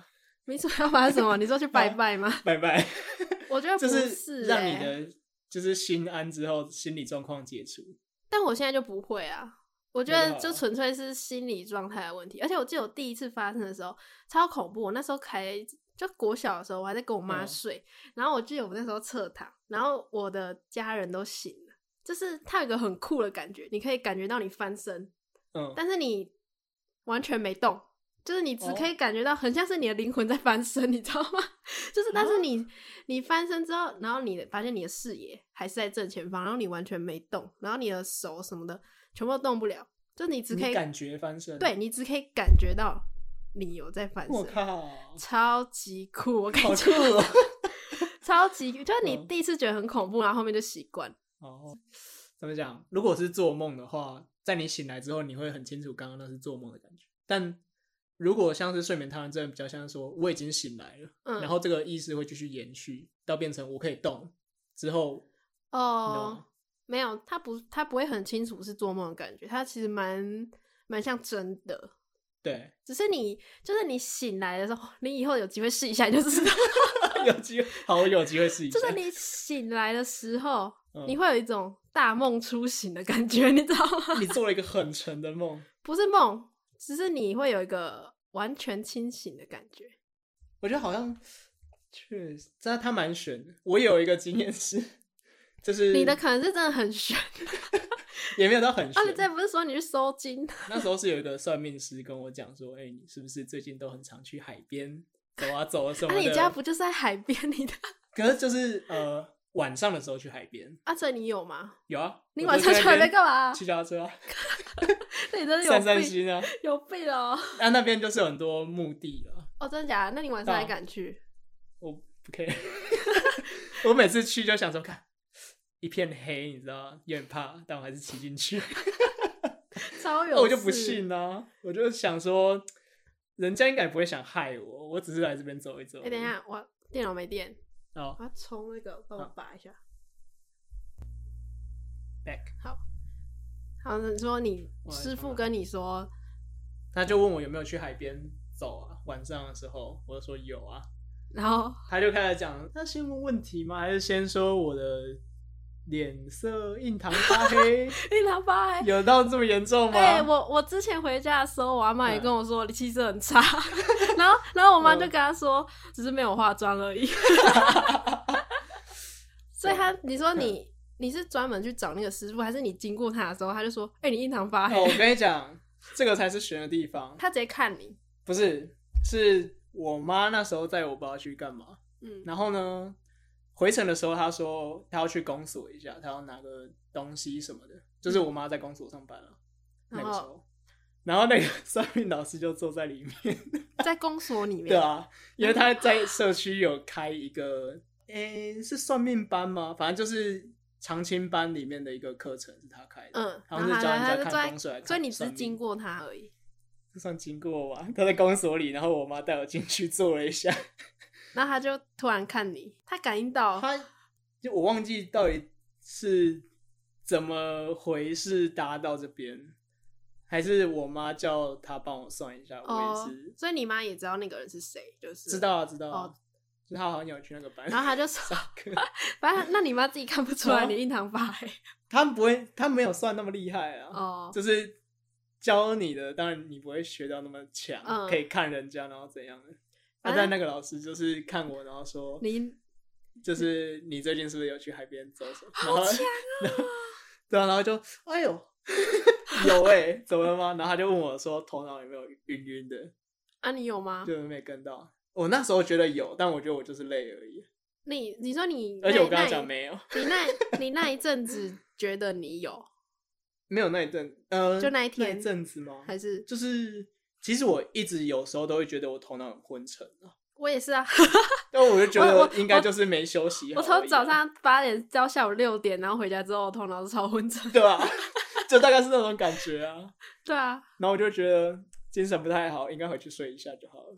Speaker 1: 没说要把什么？你说去拜拜吗？
Speaker 2: 拜拜，
Speaker 1: 我 觉得
Speaker 2: 这
Speaker 1: 不
Speaker 2: 是让你
Speaker 1: 欸
Speaker 2: 的就是心安之后，心理状况解除。
Speaker 1: 但我现在就不会啊。我觉
Speaker 2: 真
Speaker 1: 得
Speaker 2: 的哦
Speaker 1: 就纯粹是心理状态的问题，而且我记得我第一次发生的时候超恐怖，我那时候还就国小的时候，我还在跟我妈
Speaker 2: 嗯
Speaker 1: 睡，然后我记得我那时候侧躺，然后我的家人都醒了，就是它有一个很酷的感觉，你可以感觉到你翻身，
Speaker 2: 嗯，
Speaker 1: 但是你完全没动，就是你只
Speaker 2: 哦
Speaker 1: 可以感觉到很像是你的灵魂在翻身，你知道吗？ 就是但
Speaker 2: 啊
Speaker 1: 是你你翻身之后，然后你发现你的视野还是在正前方，然后你完全没动，然后你的手什么的全部都动不了，就你只可
Speaker 2: 你
Speaker 1: 以
Speaker 2: 感觉翻身。
Speaker 1: 对，你只可以感觉到你有在翻
Speaker 2: 我
Speaker 1: 身，
Speaker 2: 靠，
Speaker 1: 超级酷，我感
Speaker 2: 好酷
Speaker 1: 觉
Speaker 2: 哦！
Speaker 1: 超级酷，就是你
Speaker 2: 嗯
Speaker 1: 第一次觉得很恐怖，然后后面就习惯。
Speaker 2: 哦，怎么讲？如果是做梦的话，在你醒来之后，你会很清楚刚刚那是做梦的感觉。但如果像是睡眠瘫痪症，比较像是说我已经醒来了，
Speaker 1: 嗯
Speaker 2: 然后这个意识会继续延续到变成我可以动之后，
Speaker 1: 哦
Speaker 2: 你懂吗
Speaker 1: 没有，他不，他不会很清楚是做梦的感觉，他其实蛮蛮像真的，
Speaker 2: 对，
Speaker 1: 只是你就是你醒来的时候，你以后有机会试一下你就知 道，
Speaker 2: 有机会，好，我有机会试一下。
Speaker 1: 就是你醒来的时候，
Speaker 2: 嗯
Speaker 1: 你会有一种大梦初醒的感觉，你知道吗？
Speaker 2: 哎你做了一个很沉的梦，
Speaker 1: 不是梦，只是你会有一个完全清醒的感觉。
Speaker 2: 我觉得好像确实，但他蛮悬的。我有一个经验是， 就是
Speaker 1: 你的可能是真的很悬，
Speaker 2: 也没有到很
Speaker 1: 而
Speaker 2: 悬
Speaker 1: 且。这不是说你去收金，啊
Speaker 2: 那时候是有一个算命师跟我讲说，哎、你是不是最近都很常去海边走啊走啊什么
Speaker 1: 啊，
Speaker 2: 的？
Speaker 1: 你家不就是在海边？你的
Speaker 2: 可是就是呃晚上的时候去海边，
Speaker 1: 啊，这你有吗？
Speaker 2: 有啊，
Speaker 1: 你
Speaker 2: 我
Speaker 1: 晚
Speaker 2: 就
Speaker 1: 上去海边
Speaker 2: 边
Speaker 1: 干嘛？
Speaker 2: 骑脚踏车啊，
Speaker 1: 那你真的有
Speaker 2: 散散
Speaker 1: 病，
Speaker 2: 心啊。
Speaker 1: 有病哦！
Speaker 2: 那、那边就是有很多墓地啊，
Speaker 1: 哦，真的假的？那你晚上还
Speaker 2: 到
Speaker 1: 敢去？
Speaker 2: 我不 care。我每次去就想说，看一片黑，你知道吗？有点怕，但我还是骑 进去。
Speaker 1: 超有
Speaker 2: 那
Speaker 1: 事，
Speaker 2: 我就不信啊，我就想说，人家应该不会想害我，我只是来这边走一走。
Speaker 1: 哎、等一，下，我电脑没电，
Speaker 2: 哦
Speaker 1: 我要充那个，帮我
Speaker 2: 好
Speaker 1: 拔一下。
Speaker 2: ，back，
Speaker 1: 好，你说你
Speaker 2: 我来
Speaker 1: 师
Speaker 2: 充
Speaker 1: 傅
Speaker 2: 了
Speaker 1: 跟你说，
Speaker 2: 他就问我有没有去海边走啊，晚上的时候，我就说有啊，
Speaker 1: 然 后
Speaker 2: 他就开始讲，那先问问题吗？还是先说我的脸色印堂 发黑，
Speaker 1: 你老爸还。
Speaker 2: 有到这么严重吗？
Speaker 1: 欸哎、我我之前回家的时候，我阿妈也
Speaker 2: 嗯
Speaker 1: 跟我说你气色很差， 然后然后我妈就
Speaker 2: 嗯
Speaker 1: 跟她说，只是没有化妆 而已。 所以她，你说你你是专门去找那个师傅，还是你经过他的时候，他就说，哎、你印堂发
Speaker 2: 哦
Speaker 1: 黑，
Speaker 2: 我跟你讲，这个才是悬的地方，
Speaker 1: 他直接看你，
Speaker 2: 不是，是我妈那时候载我爸去干嘛？
Speaker 1: 嗯，
Speaker 2: 然后呢，回程的时候她说她要去公所一下，她要拿个东西什么的，就是我妈在公所上班了、那
Speaker 1: 然
Speaker 2: 个时
Speaker 1: 后
Speaker 2: 候。然后那个 算命老师就坐在里面，
Speaker 1: 在公所里面，
Speaker 2: 对啊，因为他在社区有开一个，诶、是算命班吗？反正就是长青班里面的一个课程是他开的，
Speaker 1: 嗯，
Speaker 2: 好
Speaker 1: 然
Speaker 2: 像
Speaker 1: 后
Speaker 2: 是教人
Speaker 1: 他
Speaker 2: 家
Speaker 1: 就
Speaker 2: 看风水
Speaker 1: 坐
Speaker 2: 还
Speaker 1: 在，
Speaker 2: 是
Speaker 1: 所以
Speaker 2: 看
Speaker 1: 你只
Speaker 2: 算
Speaker 1: 是
Speaker 2: 命
Speaker 1: 经过他而已。
Speaker 2: 就算经过吧，他在公所里，然后我妈带我进去坐了一下，
Speaker 1: 然后他就突然看你，他感应到，
Speaker 2: 他就我忘记到底是怎么回事搭到这边，还是我妈叫他帮我算一下，
Speaker 1: 哦
Speaker 2: 我也是，
Speaker 1: 所以你妈也知道那个人是谁，就是
Speaker 2: 知。道啊知道啊
Speaker 1: 哦，
Speaker 2: 就他好像有去那个班，
Speaker 1: 然后他就 说，反正那你妈自己看不出来你印堂发 黑
Speaker 2: 他们不会，他没有算那么厉害啊，
Speaker 1: 哦，
Speaker 2: 就是教你的，当然你不会学到那么强，
Speaker 1: 嗯
Speaker 2: 可以看人家然后怎样的。
Speaker 1: 反
Speaker 2: 啊、
Speaker 1: 正
Speaker 2: 但那个老师就是看我，然后说
Speaker 1: 你
Speaker 2: 就是你最近是不是有去海边走走？好强啊！ 对啊，然后就哎呦， 有哎、怎么了吗？然后他就问我说头脑有没有晕晕的，
Speaker 1: 啊你有吗？
Speaker 2: 就没跟到。我那时候觉得有，但我觉得我就是累而已。
Speaker 1: 你你说你那，
Speaker 2: 而且我跟他
Speaker 1: 那
Speaker 2: 讲没有，
Speaker 1: 你那你那一阵子觉得你有，
Speaker 2: 没有那一阵，呃，
Speaker 1: 就那一天
Speaker 2: 一阵子吗？
Speaker 1: 还是
Speaker 2: 就是其实我一直有时候都会觉得我头脑很昏沉啊，
Speaker 1: 我也是啊，
Speaker 2: 但我就觉
Speaker 1: 我
Speaker 2: 得
Speaker 1: 我
Speaker 2: 应该就是没休息好
Speaker 1: 我
Speaker 2: 而已啊
Speaker 1: 从早上八点到下午六点，然后回家之后我头脑是超昏沉，
Speaker 2: 对吧、啊 就大概是那种感觉啊。
Speaker 1: 对啊，
Speaker 2: 然后我就觉得精神不太好，应该回去睡一下就好了。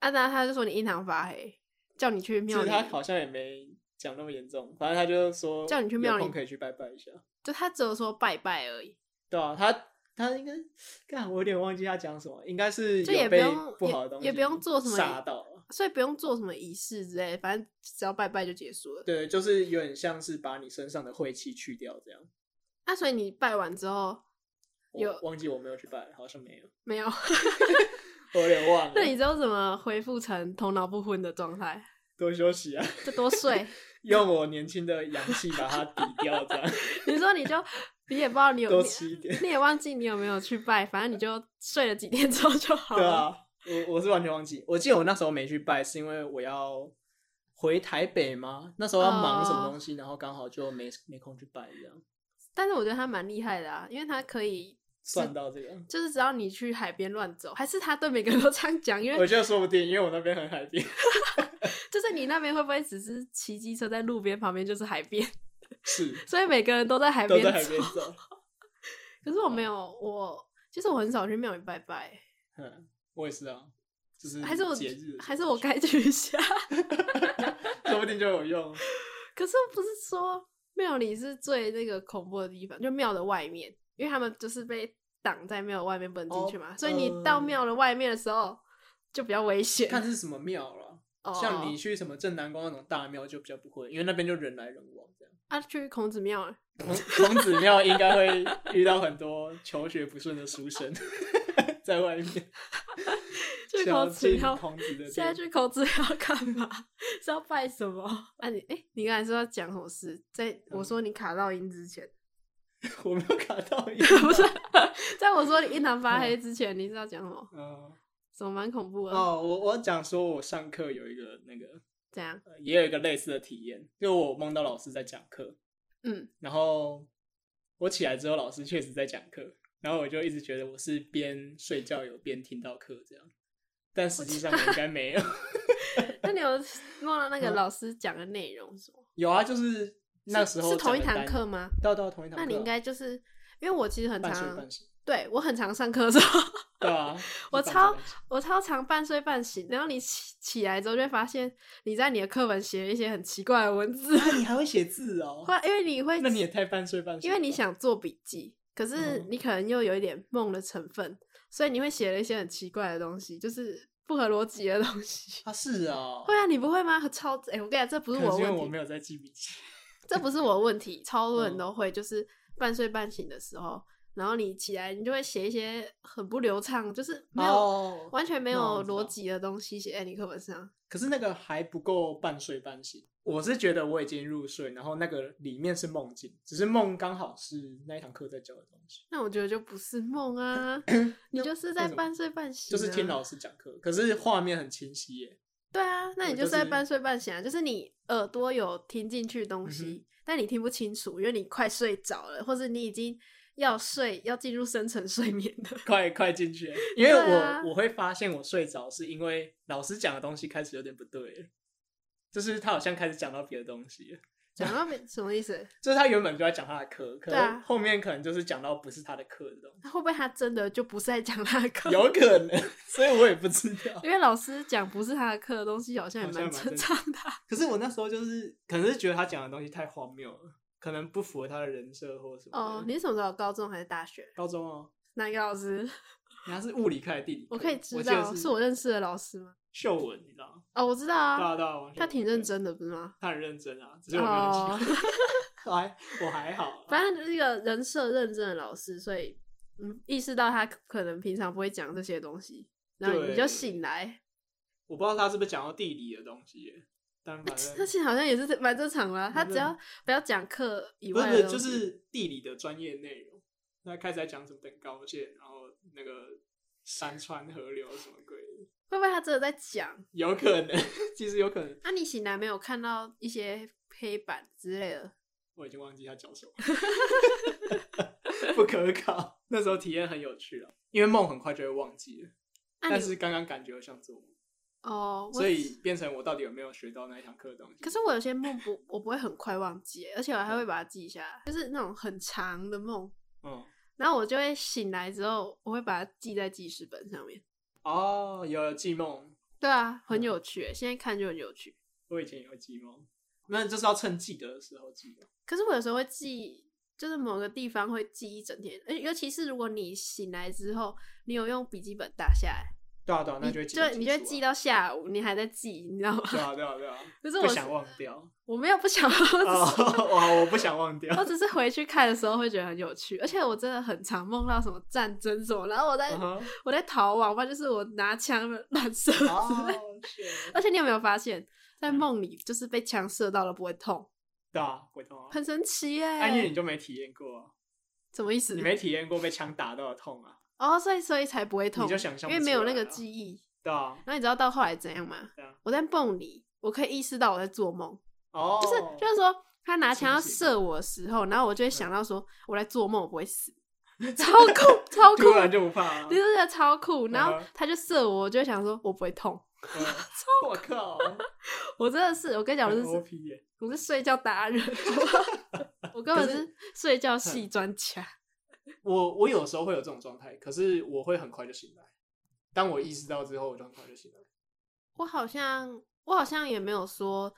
Speaker 1: 啊然后他就说你印堂发黑，叫你去
Speaker 2: 其
Speaker 1: 庙
Speaker 2: 实
Speaker 1: 里，
Speaker 2: 他好像也没讲那么严重，反正他就说
Speaker 1: 叫你去庙里
Speaker 2: 有空可以去拜拜一下。
Speaker 1: 就他只有说拜拜而已，
Speaker 2: 对啊，他他应该，干我有点忘记他讲什么，应该是
Speaker 1: 就也
Speaker 2: 有
Speaker 1: 不
Speaker 2: 被
Speaker 1: 用
Speaker 2: 不好的东西
Speaker 1: 也也不用做什么
Speaker 2: 杀到了。
Speaker 1: 所以不用做什么仪式之类，反正只要拜拜就结束了。
Speaker 2: 对，就是有点像是把你身上的晦气去掉这样。
Speaker 1: 那所以你拜完之后
Speaker 2: 我
Speaker 1: 有
Speaker 2: 忘记我没有去拜，好像没有，
Speaker 1: 没 有？
Speaker 2: 我有点忘了。
Speaker 1: 那你之后怎么恢复成头脑不昏的状态？
Speaker 2: 多休息啊，
Speaker 1: 就多睡。
Speaker 2: 用我年轻的阳气把它抵掉，这样
Speaker 1: 你说你就你也不知道你有
Speaker 2: 多
Speaker 1: 你
Speaker 2: 吃一点。
Speaker 1: 你也忘记你有没有去拜，反正你就睡了几天之后就好
Speaker 2: 对
Speaker 1: 了。
Speaker 2: 啊，我我是完全忘记，我记得我那时候没去拜，是因为我要回台北吗？那时候
Speaker 1: 啊
Speaker 2: 要忙什么东西，然后刚好就没没空去拜，这样
Speaker 1: 但是我觉得他蛮厉害的啊，因为他可以
Speaker 2: 算到这个。
Speaker 1: 就是只要你去海边乱走，还是他对每个人都这样讲，因
Speaker 2: 我
Speaker 1: 为
Speaker 2: 觉得说不定，因为我那边很海边，
Speaker 1: 就是你那边会不会只是骑机车在路边旁边就是海边，
Speaker 2: 是
Speaker 1: 所以每个人都在海
Speaker 2: 都
Speaker 1: 边
Speaker 2: 在海
Speaker 1: 走
Speaker 2: 边。走。
Speaker 1: 可是我没有，我其实我很少去庙里拜拜，
Speaker 2: 嗯，我也是啊，就是
Speaker 1: 还是我
Speaker 2: 节日的时候
Speaker 1: 还是我该去一下。
Speaker 2: 说不定就有用。
Speaker 1: 可是不是说庙里是最那个恐怖的地方，就庙的外面，因为他们就是被挡在庙的外面不能进去嘛，
Speaker 2: 哦
Speaker 1: 所以你到庙的外面的时候就比较危险。
Speaker 2: 看是什么庙了。
Speaker 1: 哦
Speaker 2: 像你去什么正南宫那种大庙就比较不会，因为那边就人来人往这样。
Speaker 1: 啊，去孔子庙了，
Speaker 2: 孔孔子庙应该会遇到很多求学不顺的书生 在外面
Speaker 1: 去
Speaker 2: 小
Speaker 1: 孔子
Speaker 2: 进
Speaker 1: 庙，
Speaker 2: 孔子的
Speaker 1: 现在
Speaker 2: 店。
Speaker 1: 去孔子庙干嘛？ 是要拜什么？ 啊你，哎、你刚才说要讲什么事？在我
Speaker 2: 嗯
Speaker 1: 说你卡到音之前，
Speaker 2: 我没有卡到音，
Speaker 1: 不是，在我说你印堂发黑之前，你是要讲什么？
Speaker 2: 嗯
Speaker 1: 什么蛮恐怖的？
Speaker 2: 哦，我我讲说我上课有一个那个、
Speaker 1: 怎样？
Speaker 2: 呃也有一个类似的体验，就我梦到老师在讲课，
Speaker 1: 嗯，
Speaker 2: 然后我起来之后，老师确实在讲课，然后我就一直觉得我是边睡觉有边听到课这样，但实际上我应该没有。
Speaker 1: 那你有梦到那个老师讲的内容是什么？
Speaker 2: 有啊，就是嗯那时候
Speaker 1: 是是同一
Speaker 2: 整个
Speaker 1: 堂
Speaker 2: 班
Speaker 1: 课，吗？
Speaker 2: 到到同一堂课啊，
Speaker 1: 那你应该就是因为我其实很
Speaker 2: 半睡
Speaker 1: 常
Speaker 2: 半醒，
Speaker 1: 对我很常上课的时候，
Speaker 2: 对啊，
Speaker 1: 我
Speaker 2: 就半睡
Speaker 1: 超
Speaker 2: 半醒
Speaker 1: 我超常半睡半醒，然后你起起来之后就会发现你在你的课本写了一些很奇怪的文字，
Speaker 2: 啊，你还会写字哦？
Speaker 1: 会因为你会
Speaker 2: 那你也太半睡半醒
Speaker 1: 因
Speaker 2: 了吧，
Speaker 1: 为你想做笔记，可是
Speaker 2: 嗯
Speaker 1: 你可能又有一点梦的成分，所以你会写了一些很奇怪的东西，就是不合逻辑的东西。
Speaker 2: 啊，是哦，
Speaker 1: 会啊，你不会吗？超哎、我跟你讲，这不
Speaker 2: 可
Speaker 1: 是
Speaker 2: 能
Speaker 1: 我
Speaker 2: 是因为
Speaker 1: 问
Speaker 2: 我
Speaker 1: 题
Speaker 2: 没，嗯有在记 笔记。
Speaker 1: 这不是我的问题，超多人都会，就是半睡半醒的时候，然后你起来，你就会写一些很不流畅，就是没有、
Speaker 2: 哦
Speaker 1: 完全没
Speaker 2: 那我
Speaker 1: 有
Speaker 2: 知道
Speaker 1: 逻辑的东西写在你课本上。
Speaker 2: 可是那个还不够半睡半醒。我是觉得我已经入睡，然后那个里面是梦境，只是梦刚好是那一堂课在教的东西，
Speaker 1: 那我觉得就不是梦 啊，你就是在
Speaker 2: 为什么
Speaker 1: 半睡半醒、
Speaker 2: 就
Speaker 1: 啊，
Speaker 2: 是听老师讲课，可是画面很清晰耶。
Speaker 1: 对啊，那你
Speaker 2: 我
Speaker 1: 就
Speaker 2: 就是
Speaker 1: 在
Speaker 2: 是嗯
Speaker 1: 半睡半醒啊，就是你耳朵有听进去东西，但你听不清楚，因为你快睡着了，或者你已经要睡，要进入深层睡眠了。
Speaker 2: 快快进去，因为我、
Speaker 1: 对啊
Speaker 2: 我会发现我睡着是因为老师讲的东西开始有点不对了，就是他好像开始讲到别的东西了，
Speaker 1: 讲到没什么意思？
Speaker 2: 就是他原本就在讲他的课，可
Speaker 1: 对啊
Speaker 2: 能后面可能就是讲到不是他的课的东西，
Speaker 1: 那会不会他真的就不是在讲他的课？
Speaker 2: 有可能， 所以我也不知道。
Speaker 1: 因为老师讲不是他的课的东西，好像也
Speaker 2: 好像
Speaker 1: 蛮
Speaker 2: 蛮
Speaker 1: 正
Speaker 2: 正
Speaker 1: 常的啊。
Speaker 2: 可是我那时候就是可能是觉得他讲的东西太荒谬了，可能不符合他的人设或什么的。
Speaker 1: 哦，你是什么时候高中还是大学？
Speaker 2: 高中哦，
Speaker 1: 哪一个老师？
Speaker 2: 你还是物理课还是地理课？
Speaker 1: 我可以知
Speaker 2: 记得
Speaker 1: 道是我认识的老师吗？
Speaker 2: 秀文，你知道吗？
Speaker 1: 哦，我知道
Speaker 2: 对啊
Speaker 1: 啊，
Speaker 2: 对啊，王秀
Speaker 1: 他
Speaker 2: 文
Speaker 1: 挺认，真的，不是吗？哦
Speaker 2: 对他很认真啊，只是我没有很喜欢。 我还我还好啊，
Speaker 1: 反正就是一个人设认证的老师，所以嗯，意识到他可能平常不会讲这些东西，然后你
Speaker 2: 对
Speaker 1: 就醒来。
Speaker 2: 我不知道他是不是讲到地理的东西耶，但 反正
Speaker 1: 他其实好像也是蛮正常啦，他只要不要讲课以
Speaker 2: 不是
Speaker 1: 外
Speaker 2: 不
Speaker 1: 的
Speaker 2: 是
Speaker 1: 东西，
Speaker 2: 就是地理的专业内容。他开始在讲什么等高线，然后那个山川河流什么鬼的，
Speaker 1: 会不会他真的在讲？
Speaker 2: 有可能， 其实有可能，
Speaker 1: 那、你醒来没有看到一些黑板之类的？啊
Speaker 2: 我已经忘记他 讲什么，不可考。那时候体验很有趣啊，因为梦很快就会忘记了，
Speaker 1: 那、
Speaker 2: 但
Speaker 1: 啊你
Speaker 2: 是刚刚感觉像做梦，
Speaker 1: 哦，我
Speaker 2: 所以变成我到底有没有学到那一堂课的东西？
Speaker 1: 可是我有些梦不，我不会很快忘记，而且我还会把它记下来，就是那种很长的梦，
Speaker 2: 嗯，
Speaker 1: 然后我就会醒来之后，我会把它记在记事本上面。
Speaker 2: 哦，有了记梦，
Speaker 1: 对啊，很
Speaker 2: 嗯
Speaker 1: 有趣耶，现在看就很有趣。
Speaker 2: 我以前也会记梦，那就是要趁记得的时候记得。
Speaker 1: 可是我有时候会记，就是某个地方会记一整天，而尤其是如果你醒来之后，你有用笔记本打下来，
Speaker 2: 对啊对啊，那
Speaker 1: 你
Speaker 2: 就会记
Speaker 1: 就
Speaker 2: 得
Speaker 1: 你就会记
Speaker 2: 到。
Speaker 1: 到下午，你还在记，你知道吗？
Speaker 2: 对啊对啊对啊，
Speaker 1: 可是
Speaker 2: 不
Speaker 1: 我
Speaker 2: 想忘掉。
Speaker 1: 我没有不想，
Speaker 2: 哦， 哇，我不想忘掉。
Speaker 1: 我只是回去看的时候会觉得很有趣，而且我真的很常梦到什么战争什么，然后我在、
Speaker 2: 嗯哼
Speaker 1: 我在逃亡，不然就是我拿枪乱 射之类。
Speaker 2: 哦，嗯是
Speaker 1: 而且你有没有发现，在梦里就是被枪射到了不会痛，
Speaker 2: 对啊，我懂啊。
Speaker 1: 很神奇耶、
Speaker 2: 安逸你就没体验过啊，
Speaker 1: 什么意思？
Speaker 2: 你没体验过被枪打到的痛啊？
Speaker 1: 哦，所以所以才不会痛，
Speaker 2: 你就想象
Speaker 1: 因为
Speaker 2: 不
Speaker 1: 没
Speaker 2: 出
Speaker 1: 有那
Speaker 2: 来
Speaker 1: 个
Speaker 2: 啊
Speaker 1: 记忆。
Speaker 2: 对啊，
Speaker 1: 然后你知道到后来怎样吗？
Speaker 2: 对啊
Speaker 1: 我在梦里，我可以意识到我在做梦，
Speaker 2: 哦，
Speaker 1: 就是就是说他拿枪要
Speaker 2: 清醒
Speaker 1: 射我的时候，然后我就会想到说我在做梦，我不会 死，超酷超酷
Speaker 2: 突，然就不 怕啊
Speaker 1: 你。是不是觉得超酷？然
Speaker 2: 嗯
Speaker 1: 后
Speaker 2: 哼
Speaker 1: 他就射我，我就会想说我不会痛，
Speaker 2: 嗯 我靠，
Speaker 1: 我真的是，我跟你讲，我
Speaker 2: 很
Speaker 1: 是
Speaker 2: OP 耶！
Speaker 1: 我是睡觉达人， 我根本
Speaker 2: 嗯可是
Speaker 1: 是睡觉系专家。
Speaker 2: 我我有时候会有这种状态，可是我会很快就醒来。当我意识到之后，我就很快就醒来。
Speaker 1: 我好像我好像也没有说，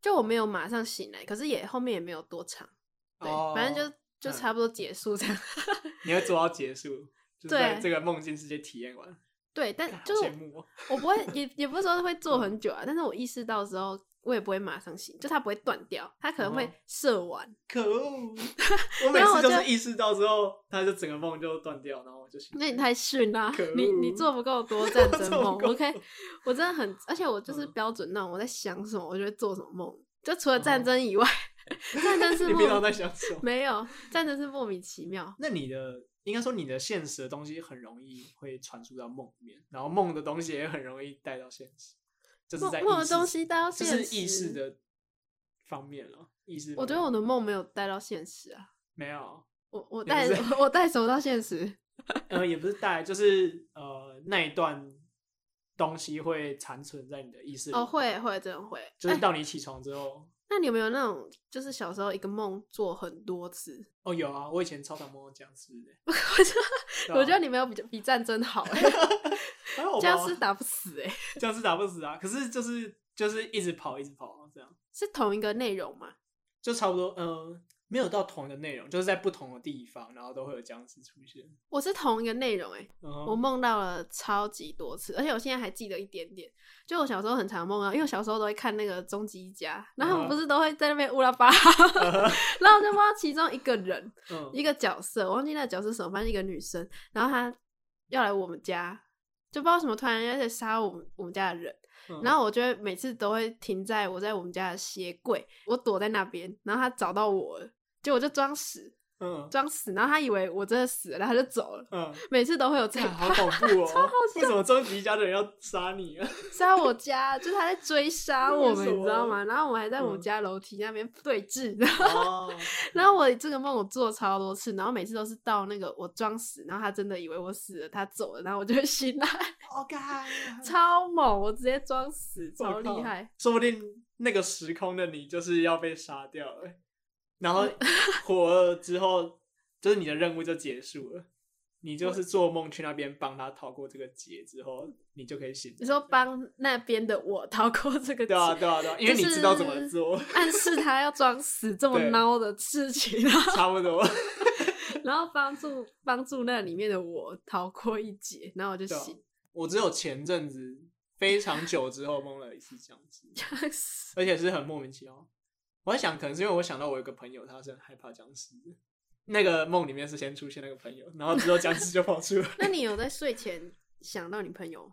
Speaker 1: 就我没有马上醒来，可是也后面也没有多长，对，
Speaker 2: 哦
Speaker 1: 反正就就
Speaker 2: 嗯
Speaker 1: 差不多结束这样。
Speaker 2: 你会做到结束，就是在
Speaker 1: 对
Speaker 2: 这个梦境世界体验完，
Speaker 1: 对，但
Speaker 2: 看好
Speaker 1: 就是
Speaker 2: 羡慕哦。
Speaker 1: 我不会，也也不是说会做很久啊，但是我意识到的时候，我也不会马上醒，就它不会断掉，它可能
Speaker 2: 嗯
Speaker 1: 会
Speaker 2: 哼
Speaker 1: 射完。
Speaker 2: 可恶！我 每
Speaker 1: 然后
Speaker 2: 次
Speaker 1: 我
Speaker 2: 就
Speaker 1: 就是
Speaker 2: 意识到之后，他就整个梦就断掉，然后我就醒。
Speaker 1: 那你太逊啦
Speaker 2: 可恶！
Speaker 1: 你你做不够多战争
Speaker 2: 做
Speaker 1: 梦
Speaker 2: 不够
Speaker 1: 我可以，我真的很，而且我就是
Speaker 2: 嗯
Speaker 1: 标准那种，我在想什么，我就会做什么梦。就除了战争以外， 战争是
Speaker 2: 哦你平常
Speaker 1: 莫
Speaker 2: 在想什么？
Speaker 1: 没有，战争是莫名其妙。
Speaker 2: 那你的应该说你的现实的东西很容易会传输到梦里面，然后梦的东西也很容易带到现实，就是
Speaker 1: 梦
Speaker 2: 在
Speaker 1: 梦
Speaker 2: 意
Speaker 1: 的
Speaker 2: 识
Speaker 1: 东，西带到
Speaker 2: 就
Speaker 1: 现实，
Speaker 2: 是意识的方面了。意识方面，
Speaker 1: 我觉得我的梦没有带到现实啊，
Speaker 2: 没有，
Speaker 1: 我我
Speaker 2: 不
Speaker 1: 带
Speaker 2: 是
Speaker 1: 我带什么到现实？
Speaker 2: 呃，也不是带，就是呃那一段东西会残存在你的意识里
Speaker 1: 哦，，会会真的会。
Speaker 2: 就是
Speaker 1: 哎
Speaker 2: 到你起床之后，
Speaker 1: 那你有没有那种，就是小时候一个梦做很多次？
Speaker 2: 哦有啊，我以前超常梦到僵尸的，
Speaker 1: 我觉
Speaker 2: 对
Speaker 1: 得
Speaker 2: 啊
Speaker 1: 我觉得你没有比比战争好、 哎
Speaker 2: 还好吧
Speaker 1: 僵尸打不死哎、
Speaker 2: 僵尸打不死啊，可是就是就是一直跑一直跑啊这样，
Speaker 1: 是同一个内容吗？
Speaker 2: 就差不多，嗯、没有到同一个内容，就是在不同的地方，然后都会有僵尸出现。
Speaker 1: 我是同一个内容哎、
Speaker 2: 嗯哼
Speaker 1: 我梦到了超级多次，而且我现在还记得一点点。就我小时候很常梦啊到，因为我小时候都会看那个《终极一家》，然后他
Speaker 2: 嗯
Speaker 1: 们不是都会在那边乌拉巴，然后我就梦到其中一个人，
Speaker 2: 嗯
Speaker 1: 一个角色，我忘记那个角色是什么，反正一个女生，然后她要来我们家，就不知道为什么突然要来杀我们我们家的人，
Speaker 2: 嗯
Speaker 1: 然后我就会每次都会停在我在我们家的鞋柜，我躲在那边，然后她找到我了，结果我就装死
Speaker 2: 嗯
Speaker 1: 装死，然后她以为我真的死了，然后她就走了。
Speaker 2: 嗯，
Speaker 1: 每次都会有这
Speaker 2: 看
Speaker 1: 样，
Speaker 2: 好恐怖哦！
Speaker 1: 超好
Speaker 2: 为什么终极一家的人要杀你啊？
Speaker 1: 杀我家，就是他在追杀我
Speaker 2: 为
Speaker 1: 们，
Speaker 2: 什么
Speaker 1: 你知道吗？然后我们还在我们
Speaker 2: 嗯
Speaker 1: 家楼梯那边对峙， 然后
Speaker 2: 哦，
Speaker 1: 然后我这个梦我做超多次，然后每次都是到那个我装死，然后他真的以为我死了，他走了，然后我就会醒来，
Speaker 2: 哦干，
Speaker 1: 超猛，我直接装死，超
Speaker 2: 我靠
Speaker 1: 厉害。！
Speaker 2: 说不定那个时空的你就是要被杀掉了，然后活了之后，就是你的任务就结束了。你就是做梦去那边帮他逃过这个劫之后，你就可以醒。
Speaker 1: 你说帮那边的我逃过这个劫
Speaker 2: 对啊，对啊，对啊，因为你知道怎么做，
Speaker 1: 暗示他要装死这么
Speaker 2: 对
Speaker 1: 孬的事情，然后
Speaker 2: 差不多。
Speaker 1: 然后帮助帮助那里面的我逃过一劫，然后我就
Speaker 2: 对啊
Speaker 1: 醒，
Speaker 2: 我只有前阵子非常久之后梦了一次僵尸，
Speaker 1: 僵尸
Speaker 2: 而且是很莫名其妙。我在想，可能是因为我想到我有个朋友，他是很害怕僵尸的。那个梦里面是先出现那个朋友，然后之后僵尸就跑出来。
Speaker 1: 那你有在睡前想到你朋友吗？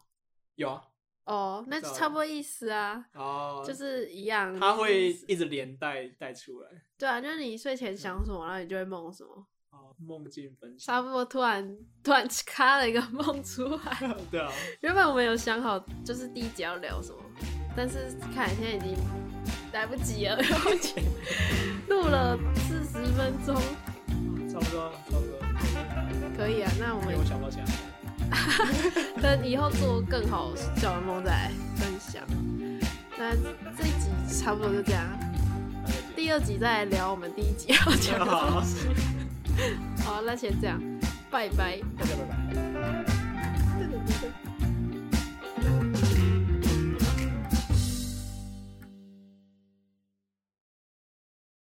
Speaker 2: 有啊，
Speaker 1: 哦，那
Speaker 2: 对啊
Speaker 1: 差不多意思啊，
Speaker 2: 哦，
Speaker 1: 就是一样。
Speaker 2: 他
Speaker 1: 就是
Speaker 2: 会一直连带带出来。
Speaker 1: 对啊，就是你睡前想什么，然后你就会梦什么，
Speaker 2: 哦，梦境分析。
Speaker 1: 差不多突然突然咔了一个梦出来。
Speaker 2: 对啊，
Speaker 1: 原本我们有想好就是第一集要聊什么，但是看现在已经来不及了，然后就录了四十分钟，
Speaker 2: 差不多，差不多。
Speaker 1: 可以啊。那我
Speaker 2: 因为
Speaker 1: 们
Speaker 2: 我想不到其他。
Speaker 1: 等以后做更好小的梦再来分享。那这一集差不多就这样，啊
Speaker 2: 大家见
Speaker 1: 第二集再来聊我们第一集啊要讲的
Speaker 2: 好
Speaker 1: 东西。好，那先这样，拜拜。
Speaker 2: 大家拜拜。